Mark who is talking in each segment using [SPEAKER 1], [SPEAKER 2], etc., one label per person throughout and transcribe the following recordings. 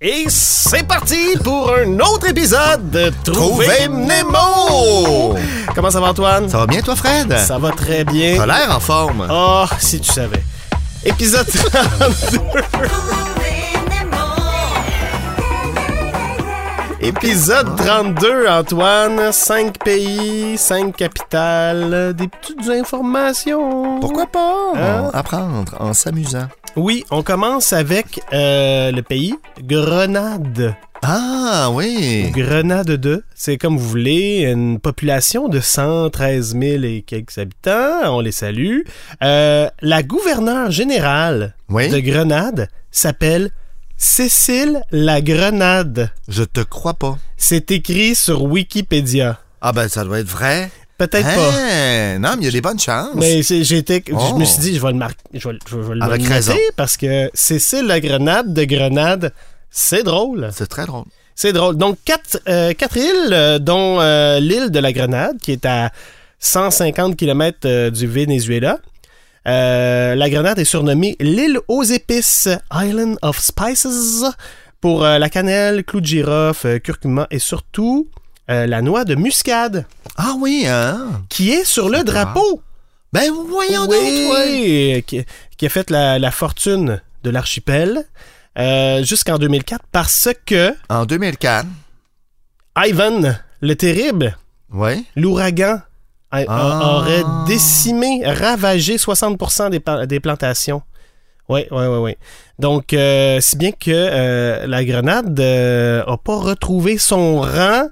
[SPEAKER 1] Et c'est parti pour un autre épisode de Trouver
[SPEAKER 2] Trouver
[SPEAKER 1] Nemo! Comment ça va Antoine?
[SPEAKER 2] Ça va bien, toi, Fred?
[SPEAKER 1] Ça va très
[SPEAKER 2] T'as
[SPEAKER 1] bien.
[SPEAKER 2] l'air en forme.
[SPEAKER 1] Oh, si tu savais. Épisode 32. Épisode 32, Antoine. 5 pays, 5 capitales, des petites informations.
[SPEAKER 2] Pourquoi pas?
[SPEAKER 1] Hein?
[SPEAKER 2] Apprendre en s'amusant.
[SPEAKER 1] Oui, on commence avec euh, le pays, Grenade.
[SPEAKER 2] Ah, oui.
[SPEAKER 1] Grenade 2, c'est comme vous voulez, une population de 113 000 et quelques habitants, on les salue. Euh, la gouverneure générale
[SPEAKER 2] Oui.
[SPEAKER 1] de Grenade s'appelle Cécile la Grenade.
[SPEAKER 2] Je te crois pas.
[SPEAKER 1] C'est écrit sur Wikipédia.
[SPEAKER 2] Ah, ben, ça doit être vrai.
[SPEAKER 1] Peut-être pas.
[SPEAKER 2] Hein? Non, mais il y a des bonnes chances.
[SPEAKER 1] Mais c'est- j'étais, je
[SPEAKER 2] Oh.
[SPEAKER 1] me suis dit, je vais le marquer, je vais, je vais le
[SPEAKER 2] Avec
[SPEAKER 1] noter
[SPEAKER 2] raison.
[SPEAKER 1] parce que Cécile la Grenade de Grenade, c'est drôle.
[SPEAKER 2] C'est très drôle.
[SPEAKER 1] C'est drôle. Donc, quatre, euh, quatre îles, euh, dont euh, l'île de la Grenade, qui est à 150 km du Venezuela. Euh, la Grenade est surnommée l'île aux épices, Island of Spices, pour euh, la cannelle, clou de girofle, euh, curcuma et surtout euh, la noix de muscade,
[SPEAKER 2] Ah, oui, hein?
[SPEAKER 1] qui est sur le drapeau.
[SPEAKER 2] Ben, voyons donc, ouais.
[SPEAKER 1] Oui, qui, qui a fait la, la fortune de l'archipel euh, jusqu'en 2004 parce que
[SPEAKER 2] En 2004.
[SPEAKER 1] Ivan le Terrible
[SPEAKER 2] Oui.
[SPEAKER 1] l'ouragan a- a-
[SPEAKER 2] Ah.
[SPEAKER 1] aurait décimé, ravagé 60% des, pa- des plantations. Oui, oui, oui, oui. Donc, euh, si bien que euh, la Grenade n'a pas retrouvé son rang hein,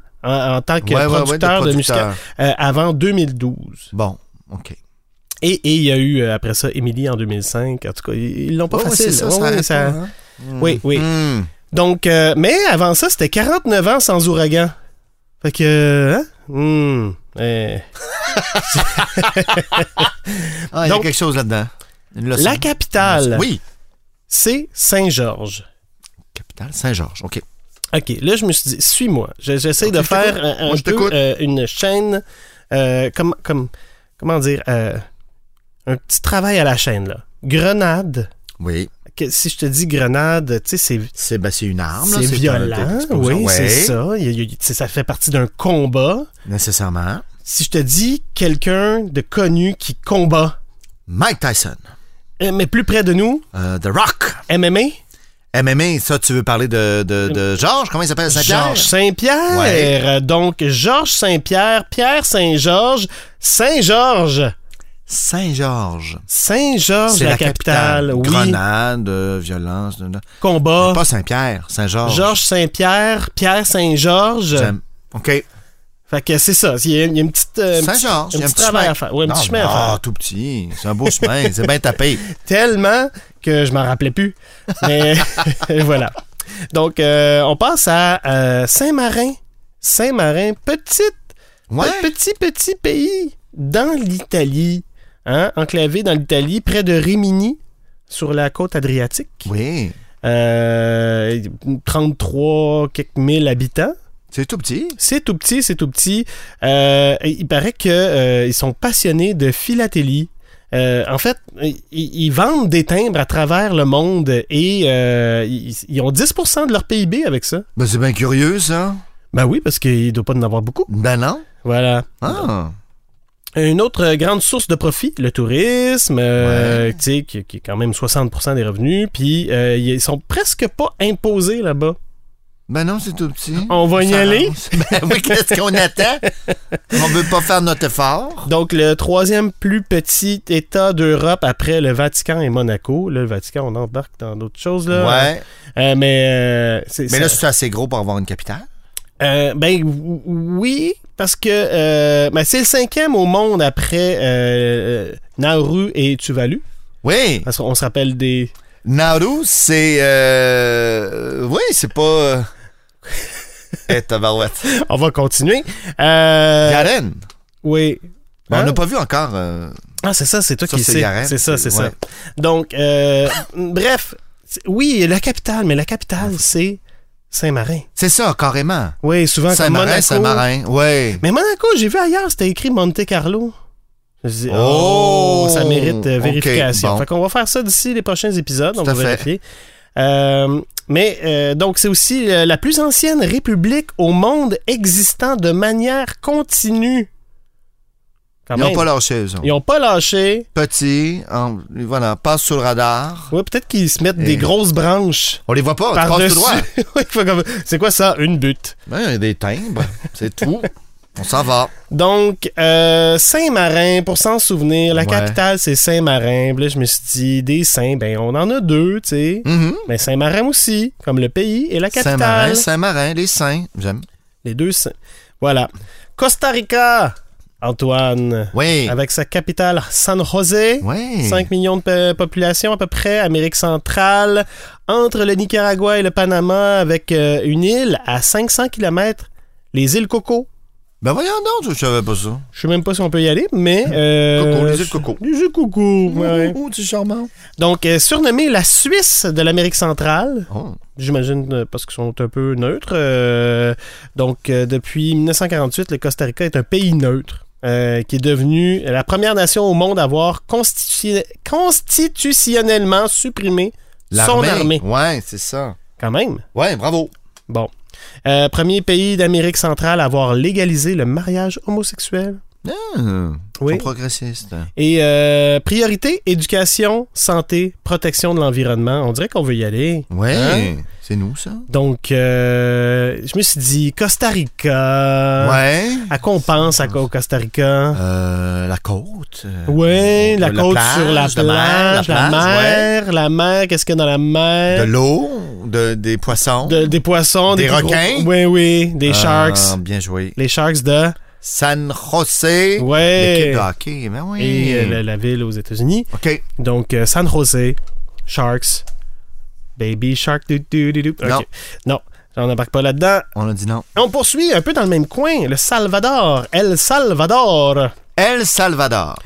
[SPEAKER 1] en, en tant que
[SPEAKER 2] Ouais, ouais, ouais, de
[SPEAKER 1] producteur de muscat
[SPEAKER 2] producteur.
[SPEAKER 1] euh, avant 2012.
[SPEAKER 2] Bon, OK.
[SPEAKER 1] Et et il y a eu, euh, après ça, Émilie en 2005. En tout cas, ils ils l'ont pas
[SPEAKER 2] Ouais, ouais,
[SPEAKER 1] facile.
[SPEAKER 2] c'est ça,
[SPEAKER 1] Ouais,
[SPEAKER 2] ça
[SPEAKER 1] ouais,
[SPEAKER 2] arrête
[SPEAKER 1] ça-
[SPEAKER 2] pas, hein? Mm.
[SPEAKER 1] Oui, oui.
[SPEAKER 2] Mm.
[SPEAKER 1] Donc, euh, mais avant ça, c'était 49 ans sans ouragan. Fait que, euh, hein? Hmm, eh.
[SPEAKER 2] Ah, il y a
[SPEAKER 1] Donc-
[SPEAKER 2] quelque chose là-dedans. Une leçon.
[SPEAKER 1] La capitale,
[SPEAKER 2] Oui.
[SPEAKER 1] c'est Saint-Georges.
[SPEAKER 2] Capitale Saint-Georges. OK.
[SPEAKER 1] OK, là, je me suis dit, suis-moi. Je- J'essaie de
[SPEAKER 2] je t'écoute.
[SPEAKER 1] faire un, un
[SPEAKER 2] Moi, je
[SPEAKER 1] peu,
[SPEAKER 2] t'écoute.
[SPEAKER 1] euh, une chaîne, euh, comme, comme, comment dire, euh, un petit travail à la chaîne, là. Grenade.
[SPEAKER 2] Oui.
[SPEAKER 1] Que- si je te dis grenade, tu sais, c'est
[SPEAKER 2] C'est ben, c'est une arme. là,
[SPEAKER 1] c'est
[SPEAKER 2] un-
[SPEAKER 1] violent.
[SPEAKER 2] une
[SPEAKER 1] Oui,
[SPEAKER 2] explosion.
[SPEAKER 1] c'est
[SPEAKER 2] Ouais,
[SPEAKER 1] ça. Il y a- il y a- c'est- ça fait partie d'un combat.
[SPEAKER 2] Nécessairement.
[SPEAKER 1] Si je te dis quelqu'un de connu qui combat,
[SPEAKER 2] Mike Tyson.
[SPEAKER 1] euh, mais plus près de nous,
[SPEAKER 2] Euh, The Rock.
[SPEAKER 1] MMA,
[SPEAKER 2] MMA, ça, tu veux parler de, de, de Georges? Comment il s'appelle? Saint-Pierre?
[SPEAKER 1] Georges Saint-Pierre.
[SPEAKER 2] Ouais.
[SPEAKER 1] Euh, Donc, Georges Saint-Pierre, Pierre Saint-Georges, Saint-Georges.
[SPEAKER 2] Saint-Georges.
[SPEAKER 1] Saint-Georges, la, capitale. Oui,
[SPEAKER 2] Grenade, euh, violence. nan, nan.
[SPEAKER 1] combat.
[SPEAKER 2] Pas Saint-Pierre, Saint-Georges.
[SPEAKER 1] Georges euh, Saint-Pierre, Pierre Saint-Georges.
[SPEAKER 2] J'aime. OK.
[SPEAKER 1] Fait que c'est ça. Il y a, il y a une petite. euh, un petit-
[SPEAKER 2] Saint-Georges.
[SPEAKER 1] un
[SPEAKER 2] il y a
[SPEAKER 1] petit travail à faire. Ouais, un
[SPEAKER 2] non,
[SPEAKER 1] petit chemin à
[SPEAKER 2] non,
[SPEAKER 1] faire.
[SPEAKER 2] tout petit. C'est un beau chemin. C'est bien tapé.
[SPEAKER 1] tellement que je m'en rappelais plus. Mais voilà. Donc, euh, on passe à euh, Saint-Marin. Saint-Marin, petite,
[SPEAKER 2] Ouais.
[SPEAKER 1] petit, petit pays dans l'Italie. Hein, enclavé dans l'Italie, près de Rimini, sur la côte adriatique.
[SPEAKER 2] Oui.
[SPEAKER 1] Euh, 33 quelques mille habitants.
[SPEAKER 2] C'est tout petit.
[SPEAKER 1] C'est tout petit, c'est tout petit. Euh, et il paraît que euh, ils sont passionnés de philatélie. Euh, en fait, ils, ils vendent des timbres à travers le monde et euh, ils, ils ont 10% de leur PIB avec ça.
[SPEAKER 2] Ben, c'est bien curieux, ça.
[SPEAKER 1] Ben oui, parce qu'il ne doit pas en avoir beaucoup.
[SPEAKER 2] Ben non.
[SPEAKER 1] Voilà.
[SPEAKER 2] Ah.
[SPEAKER 1] Une autre grande source de profit, le tourisme, euh, tu sais, qui, qui est quand même 60% des revenus. Puis euh, ils sont presque pas imposés là-bas.
[SPEAKER 2] Ben non, c'est tout petit.
[SPEAKER 1] On va y
[SPEAKER 2] Ça
[SPEAKER 1] aller.
[SPEAKER 2] avance. Ben oui, qu'est-ce qu'on attend? On veut pas faire notre effort.
[SPEAKER 1] Donc, le troisième plus petit État d'Europe après le Vatican et Monaco. Là, le Vatican, on embarque dans d'autres choses. Là.
[SPEAKER 2] Ouais.
[SPEAKER 1] Euh, mais euh, c'est
[SPEAKER 2] Mais
[SPEAKER 1] ça-
[SPEAKER 2] là, c'est assez gros pour avoir une capitale.
[SPEAKER 1] Euh, ben ou- oui, parce que euh, ben, c'est le cinquième au monde après euh, Nauru et Tuvalu.
[SPEAKER 2] Oui.
[SPEAKER 1] Parce qu'on se rappelle des.
[SPEAKER 2] Nauru, c'est. euh, Oui, c'est pas. euh, Eh, tabarouette.
[SPEAKER 1] On va continuer. Euh,
[SPEAKER 2] Yaren.
[SPEAKER 1] oui.
[SPEAKER 2] Ben, On
[SPEAKER 1] Hein?
[SPEAKER 2] n'a pas vu encore. euh,
[SPEAKER 1] Ah, c'est ça, c'est toi
[SPEAKER 2] Ça,
[SPEAKER 1] qui
[SPEAKER 2] c'est
[SPEAKER 1] sais.
[SPEAKER 2] Yaren,
[SPEAKER 1] C'est ça, c'est
[SPEAKER 2] c'est-
[SPEAKER 1] ça.
[SPEAKER 2] ouais.
[SPEAKER 1] Donc, euh, bref, c'est- oui, la capitale, mais la capitale, c'est Saint-Marin.
[SPEAKER 2] C'est ça, carrément.
[SPEAKER 1] Oui, souvent comme
[SPEAKER 2] Saint-Marin,
[SPEAKER 1] Monaco.
[SPEAKER 2] Saint-Marin. Oui.
[SPEAKER 1] Mais Monaco, j'ai vu ailleurs, c'était écrit Monte Carlo. Je dis, oh,
[SPEAKER 2] Oh!
[SPEAKER 1] ça mérite euh,
[SPEAKER 2] Ok,
[SPEAKER 1] vérification.
[SPEAKER 2] bon.
[SPEAKER 1] Fait qu'on va faire ça d'ici les prochains épisodes, on
[SPEAKER 2] Tout à
[SPEAKER 1] va
[SPEAKER 2] fait.
[SPEAKER 1] vérifier. Euh, Mais euh, donc, c'est aussi euh, la plus ancienne république au monde existant de manière continue. Quand
[SPEAKER 2] Ils n'ont
[SPEAKER 1] même.
[SPEAKER 2] pas lâché, eux autres.
[SPEAKER 1] Ils n'ont pas lâché.
[SPEAKER 2] Petit, en- voilà, passe sous le radar.
[SPEAKER 1] Ouais, peut-être qu'ils se mettent
[SPEAKER 2] Et-
[SPEAKER 1] des grosses branches
[SPEAKER 2] On les voit pas, Ah, tu passes tout
[SPEAKER 1] par-dessus.
[SPEAKER 2] droit.
[SPEAKER 1] Ouais, faut comme- c'est quoi ça? Une butte.
[SPEAKER 2] Ouais, Il y a des timbres, c'est tout. On s'en va.
[SPEAKER 1] Donc, euh, Saint-Marin, pour s'en souvenir, la
[SPEAKER 2] Ouais.
[SPEAKER 1] capitale, c'est Saint-Marin. Puis là, je me suis dit, des saints, ben on en a deux, tu sais.
[SPEAKER 2] Mhm.
[SPEAKER 1] Mais Saint-Marin aussi, comme le pays et la capitale.
[SPEAKER 2] Saint-Marin, Saint-Marin, les saints, j'aime.
[SPEAKER 1] Les deux saints. Voilà. Costa Rica, Antoine,
[SPEAKER 2] Oui,
[SPEAKER 1] avec sa capitale San José.
[SPEAKER 2] oui.
[SPEAKER 1] 5 millions de pe- population à peu près, Amérique centrale, entre le Nicaragua et le Panama, avec euh, une île à 500 km, les îles Coco.
[SPEAKER 2] Ben voyons donc, je savais pas ça.
[SPEAKER 1] Je sais même pas si on peut y aller, mais... euh,
[SPEAKER 2] Coco, les îles Coco.
[SPEAKER 1] Les îles Coco, ouais.
[SPEAKER 2] Oh, tu es charmant.
[SPEAKER 1] Donc, euh, surnommée la Suisse de l'Amérique centrale,
[SPEAKER 2] Oh.
[SPEAKER 1] j'imagine euh, parce qu'ils sont un peu neutres. euh, donc, euh, depuis 1948, le Costa Rica est un pays neutre. euh, qui est devenu la première nation au monde à avoir constitué- constitutionnellement supprimé son armée.
[SPEAKER 2] Ouais, c'est ça.
[SPEAKER 1] Quand même.
[SPEAKER 2] Ouais, bravo.
[SPEAKER 1] Bon. Euh, premier pays d'Amérique centrale à avoir légalisé le mariage homosexuel.
[SPEAKER 2] Hum,
[SPEAKER 1] Oui.
[SPEAKER 2] Ils sont progressistes.
[SPEAKER 1] Et euh, priorité, éducation, santé, protection de l'environnement. On dirait qu'on veut y aller.
[SPEAKER 2] Ouais,
[SPEAKER 1] Hein?
[SPEAKER 2] c'est nous, ça.
[SPEAKER 1] Donc, euh, je me suis dit, Costa Rica.
[SPEAKER 2] ouais.
[SPEAKER 1] À quoi on pense à quoi au Costa Rica?
[SPEAKER 2] Euh, la côte. euh,
[SPEAKER 1] Oui, la,
[SPEAKER 2] la
[SPEAKER 1] côte
[SPEAKER 2] plage,
[SPEAKER 1] sur la
[SPEAKER 2] la mer,
[SPEAKER 1] plage, la
[SPEAKER 2] la plage,
[SPEAKER 1] mer, la mer, qu'est-ce qu'il y a dans la
[SPEAKER 2] De
[SPEAKER 1] mer?
[SPEAKER 2] l'eau, de, des poissons.
[SPEAKER 1] De- des poissons,
[SPEAKER 2] Des
[SPEAKER 1] plus gros-
[SPEAKER 2] requins?
[SPEAKER 1] Oui, oui, des
[SPEAKER 2] Ah,
[SPEAKER 1] sharks.
[SPEAKER 2] Bien joué.
[SPEAKER 1] Les sharks de.
[SPEAKER 2] San José.
[SPEAKER 1] Ouais.
[SPEAKER 2] L'équipe de hockey, ben oui.
[SPEAKER 1] Et euh, la, la ville aux États-Unis.
[SPEAKER 2] OK.
[SPEAKER 1] Donc, euh, San Jose, Sharks, Baby Shark, doo doo doo doo. Ok.
[SPEAKER 2] Non.
[SPEAKER 1] Non, on n'embarque pas là-dedans.
[SPEAKER 2] On a dit non.
[SPEAKER 1] On poursuit un peu dans le même coin, le Salvador, El Salvador.
[SPEAKER 2] El Salvador.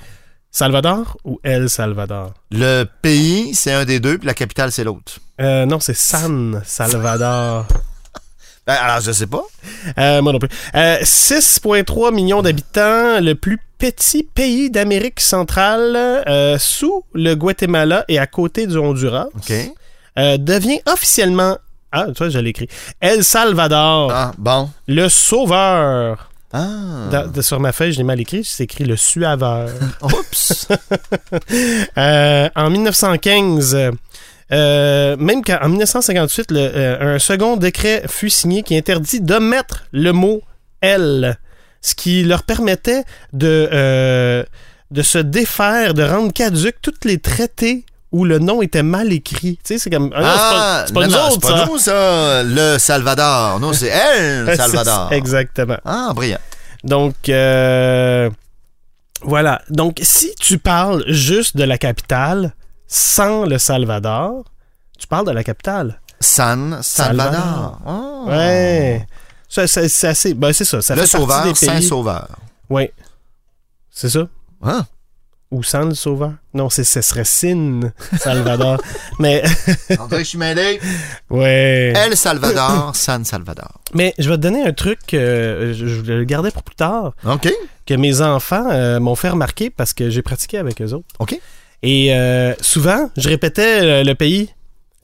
[SPEAKER 1] Salvador ou El Salvador?
[SPEAKER 2] Le pays, c'est un des deux, puis la capitale, c'est l'autre.
[SPEAKER 1] Euh, non, c'est San Salvador.
[SPEAKER 2] Ben, Alors, je sais pas.
[SPEAKER 1] Euh, moi non plus. Euh, 6,3 millions d'habitants, le plus petit pays d'Amérique centrale, euh, sous le Guatemala et à côté du Honduras,
[SPEAKER 2] OK.
[SPEAKER 1] euh, devient officiellement. Ah, tu vois, je l'ai écrit. El Salvador,
[SPEAKER 2] Ah, bon.
[SPEAKER 1] le sauveur.
[SPEAKER 2] Ah.
[SPEAKER 1] Dans- de- sur ma feuille, je l'ai mal écrit, c'est écrit le suaveur.
[SPEAKER 2] Oups.
[SPEAKER 1] Euh, en 1915, euh, même qu'en 1958, le, euh, un second décret fut signé qui interdit d'omettre le mot elle, ce qui leur permettait de, euh, de se défaire, de rendre caduques tous les traités où le nom était mal écrit. Tu sais, c'est comme. Ah non,
[SPEAKER 2] Ah,
[SPEAKER 1] c'est pas,
[SPEAKER 2] non,
[SPEAKER 1] c'est pas
[SPEAKER 2] non,
[SPEAKER 1] nous
[SPEAKER 2] c'est
[SPEAKER 1] autres,
[SPEAKER 2] pas
[SPEAKER 1] ça.
[SPEAKER 2] nous, ça. Le Salvador. Non, c'est El
[SPEAKER 1] C'est-
[SPEAKER 2] Salvador.
[SPEAKER 1] c'est- Exactement.
[SPEAKER 2] Ah, brillant.
[SPEAKER 1] Donc, euh, voilà. Donc, si tu parles juste de la capitale, sans le Salvador, tu parles de la capitale.
[SPEAKER 2] San Salvador.
[SPEAKER 1] Salvador.
[SPEAKER 2] Ah.
[SPEAKER 1] Ouais. Ça, ça- c'est assez. Ben, c'est ça. ça
[SPEAKER 2] le
[SPEAKER 1] fait
[SPEAKER 2] sauveur,
[SPEAKER 1] partie des pays.
[SPEAKER 2] Saint-Sauveur.
[SPEAKER 1] Ouais. C'est ça?
[SPEAKER 2] Hein?
[SPEAKER 1] Ou sans le sauveur? Non, c'est- ce serait Sin Salvador. Mais,
[SPEAKER 2] On dirait que je suis mêlé.
[SPEAKER 1] ouais.
[SPEAKER 2] El Salvador, San Salvador.
[SPEAKER 1] Mais je vais te donner un truc, euh, je, je le gardais pour plus tard,
[SPEAKER 2] OK.
[SPEAKER 1] que mes enfants euh, m'ont fait remarquer parce que j'ai pratiqué avec eux autres.
[SPEAKER 2] OK.
[SPEAKER 1] Et euh, souvent, je répétais euh, le pays.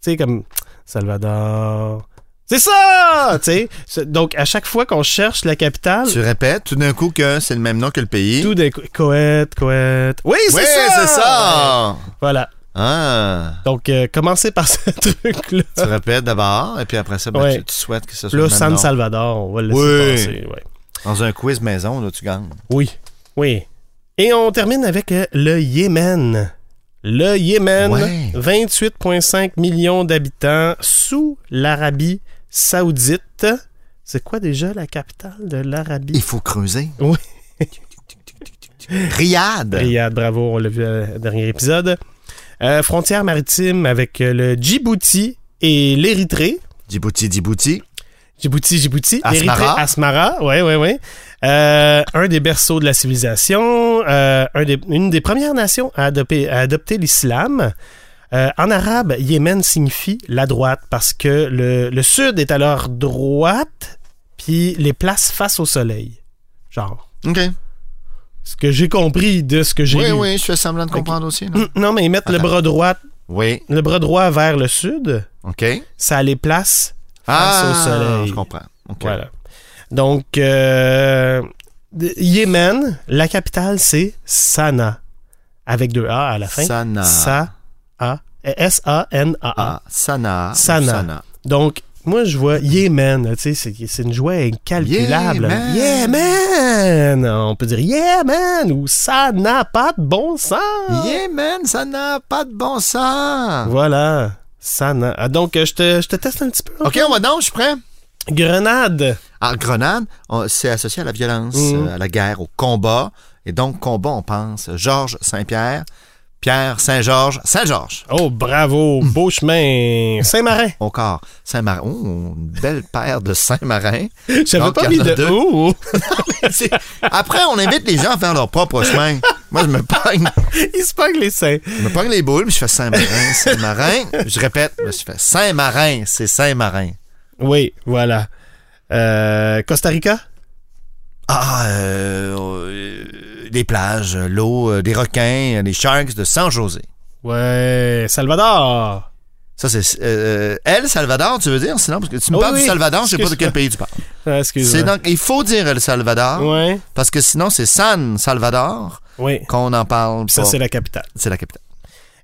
[SPEAKER 1] Tu sais, comme Salvador. C'est ça! Tu sais, c'est- donc, à chaque fois qu'on cherche la capitale,
[SPEAKER 2] Tu répètes tout d'un coup que c'est le même nom que le pays.
[SPEAKER 1] tout des Coët, Coët. Oui, c'est
[SPEAKER 2] oui,
[SPEAKER 1] ça!
[SPEAKER 2] c'est ça.
[SPEAKER 1] Voilà.
[SPEAKER 2] Ah.
[SPEAKER 1] Donc, euh, commencez par ce truc-là.
[SPEAKER 2] Tu répètes d'abord, et puis après ça, ben,
[SPEAKER 1] Ah. Ouais.
[SPEAKER 2] tu, tu souhaites que ce soit
[SPEAKER 1] Là,
[SPEAKER 2] le même
[SPEAKER 1] San
[SPEAKER 2] nom.
[SPEAKER 1] Salvador, on va le laisser
[SPEAKER 2] Oui.
[SPEAKER 1] passer. ouais.
[SPEAKER 2] Dans un quiz maison, là, tu gagnes.
[SPEAKER 1] Oui. Oui. Et on termine avec euh, le Yémen. Le Yémen,
[SPEAKER 2] Ouais.
[SPEAKER 1] 28,5 millions d'habitants sous l'Arabie saoudite. C'est quoi déjà la capitale de l'Arabie?
[SPEAKER 2] Il faut creuser.
[SPEAKER 1] Oui.
[SPEAKER 2] Riyad.
[SPEAKER 1] Riyad, bravo, on l'a vu au dernier épisode. Euh, frontière maritime avec euh, le Djibouti et l'Érythrée.
[SPEAKER 2] Djibouti, Djibouti.
[SPEAKER 1] Djibouti, Djibouti.
[SPEAKER 2] Asmara.
[SPEAKER 1] Érythrée, Asmara, oui, oui, oui. Euh, un des berceaux de la civilisation, euh, un des- une des premières nations à adopter, à adopter l'islam. Euh, en arabe, Yémen signifie la droite parce que le, le sud est à leur droite, puis les places face au soleil. Genre,
[SPEAKER 2] OK.
[SPEAKER 1] ce que j'ai compris de ce que j'ai
[SPEAKER 2] Oui,
[SPEAKER 1] lu. Mm,
[SPEAKER 2] oui, je fais semblant de comprendre aussi. non?
[SPEAKER 1] Non, mais ils mettent le bras droit
[SPEAKER 2] Oui,
[SPEAKER 1] Le bras droit vers le sud,
[SPEAKER 2] OK.
[SPEAKER 1] ça les place
[SPEAKER 2] Ah,
[SPEAKER 1] au soleil.
[SPEAKER 2] je comprends. OK.
[SPEAKER 1] Voilà. Donc, euh, de- Yémen, la capitale, c'est Sanaa. Avec deux A à la fin.
[SPEAKER 2] Sanaa.
[SPEAKER 1] S-A-A. S-A-N-A-A.
[SPEAKER 2] Ah, Sana.
[SPEAKER 1] Sanaa. Donc, moi, je vois Yémen. là, Tu sais, c'est, c'est une joie incalculable.
[SPEAKER 2] Yémen.
[SPEAKER 1] Yémen! On peut dire Yémen ou ça n'a pas de bon sens.
[SPEAKER 2] Yeah, man, ça n'a pas de bon sens.
[SPEAKER 1] Voilà. Ça n'a. Ah, Donc, euh, je te, je te teste un petit peu.
[SPEAKER 2] OK, on va donc, je suis prêt.
[SPEAKER 1] Grenade.
[SPEAKER 2] En Grenade, on- c'est associé à la violence,
[SPEAKER 1] Mhm.
[SPEAKER 2] euh, à la guerre, au combat. Et donc, combat, on pense Georges Saint-Pierre, Pierre Saint-Georges, Saint-Georges.
[SPEAKER 1] Oh, bravo.
[SPEAKER 2] Hmm.
[SPEAKER 1] Beau chemin. Saint-Marin.
[SPEAKER 2] Au corps, Saint-Marin. Oh, une belle paire de Saint-Marin.
[SPEAKER 1] J'avais
[SPEAKER 2] Donc,
[SPEAKER 1] pas
[SPEAKER 2] il
[SPEAKER 1] mis
[SPEAKER 2] y en a
[SPEAKER 1] de.
[SPEAKER 2] deux.
[SPEAKER 1] Oh, oh.
[SPEAKER 2] C'est- Après, on invite les gens à faire leur propre chemin. Moi, je me pogne,
[SPEAKER 1] Il se pogne les seins.
[SPEAKER 2] je me pogne les boules, puis je fais Saint-Marin, Saint-Marin. Je répète, je fais Saint-Marin, c'est Saint-Marin.
[SPEAKER 1] Oui, voilà. Euh, Costa Rica?
[SPEAKER 2] Ah, euh, euh, les plages, l'eau, euh, des requins, euh, les sharks de San José.
[SPEAKER 1] Ouais. Salvador.
[SPEAKER 2] Ça, c'est euh, El Salvador, tu veux dire? Sinon, parce que tu me
[SPEAKER 1] Oui,
[SPEAKER 2] parles
[SPEAKER 1] oui.
[SPEAKER 2] du Salvador, je sais pas de
[SPEAKER 1] Excuse-moi.
[SPEAKER 2] quel pays tu parles.
[SPEAKER 1] Ah,
[SPEAKER 2] C'est
[SPEAKER 1] Excuse-moi.
[SPEAKER 2] donc, il faut dire El Salvador,
[SPEAKER 1] Ouais.
[SPEAKER 2] parce que sinon, c'est San Salvador
[SPEAKER 1] Oui.
[SPEAKER 2] qu'on en parle
[SPEAKER 1] Ça,
[SPEAKER 2] pas.
[SPEAKER 1] c'est la capitale.
[SPEAKER 2] C'est la capitale.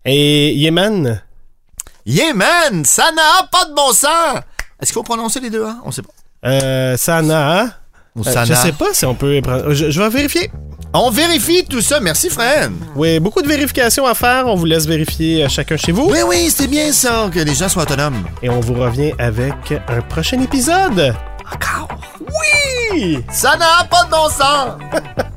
[SPEAKER 1] Et Yémen?
[SPEAKER 2] Yémen! Ça n'a pas de bon sens! Est-ce qu'il faut prononcer les deux, hein? On sait pas.
[SPEAKER 1] Euh, Sanaa.
[SPEAKER 2] Ou
[SPEAKER 1] Euh,
[SPEAKER 2] Sanaa.
[SPEAKER 1] Je sais pas si on peut. prendre- Je, je vais vérifier.
[SPEAKER 2] On vérifie tout ça. Merci, Fred.
[SPEAKER 1] Oui, beaucoup de vérifications à faire. On vous laisse vérifier euh, chacun chez vous.
[SPEAKER 2] Oui, oui, c'était bien ça, que les gens soient autonomes.
[SPEAKER 1] Et on vous revient avec un prochain épisode.
[SPEAKER 2] Encore?
[SPEAKER 1] Oui!
[SPEAKER 2] Ça n'a pas de bon sens!